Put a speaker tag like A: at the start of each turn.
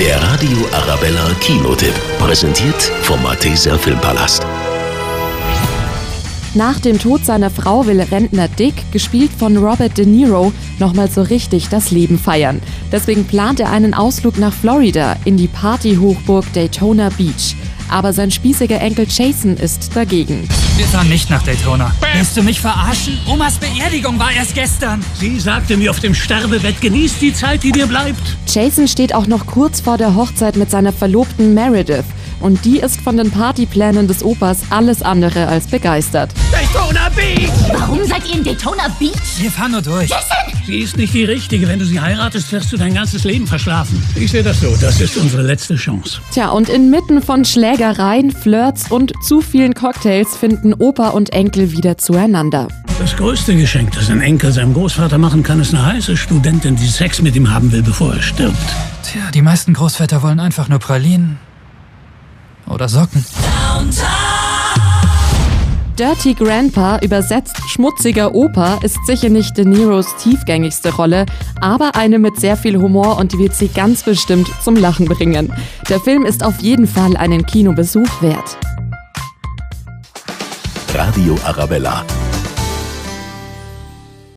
A: Der Radio Arabella Kinotipp. Präsentiert vom Malteser Filmpalast.
B: Nach dem Tod seiner Frau will Rentner Dick, gespielt von Robert De Niro, nochmal so richtig das Leben feiern. Deswegen plant er einen Ausflug nach Florida in die Partyhochburg Daytona Beach. Aber sein spießiger Enkel Jason ist dagegen.
C: Wir fahren nicht nach Daytona. Willst du mich verarschen? Omas Beerdigung war erst gestern.
D: Sie sagte mir auf dem Sterbebett, genieß die Zeit, die dir bleibt.
B: Jason steht auch noch kurz vor der Hochzeit mit seiner Verlobten Meredith. Und die ist von den Partyplänen des Opas alles andere als begeistert.
D: Daytona Beach!
E: Warum seid ihr in Daytona Beach?
C: Wir fahren nur durch.
D: Sie ist nicht die Richtige. Wenn du sie heiratest, wirst du dein ganzes Leben verschlafen. Ich sehe das so. Das ist unsere letzte Chance.
B: Tja, und inmitten von Schlägereien, Flirts und zu vielen Cocktails finden Opa und Enkel wieder zueinander.
D: Das größte Geschenk, das ein Enkel seinem Großvater machen kann, ist eine heiße Studentin, die Sex mit ihm haben will, bevor er stirbt.
C: Tja, die meisten Großväter wollen einfach nur Pralinen. Oder Socken.
B: Dirty Grandpa, übersetzt schmutziger Opa, ist sicher nicht De Niros tiefgängigste Rolle, aber eine mit sehr viel Humor und die wird sie ganz bestimmt zum Lachen bringen. Der Film ist auf jeden Fall einen Kinobesuch wert.
A: Radio Arabella,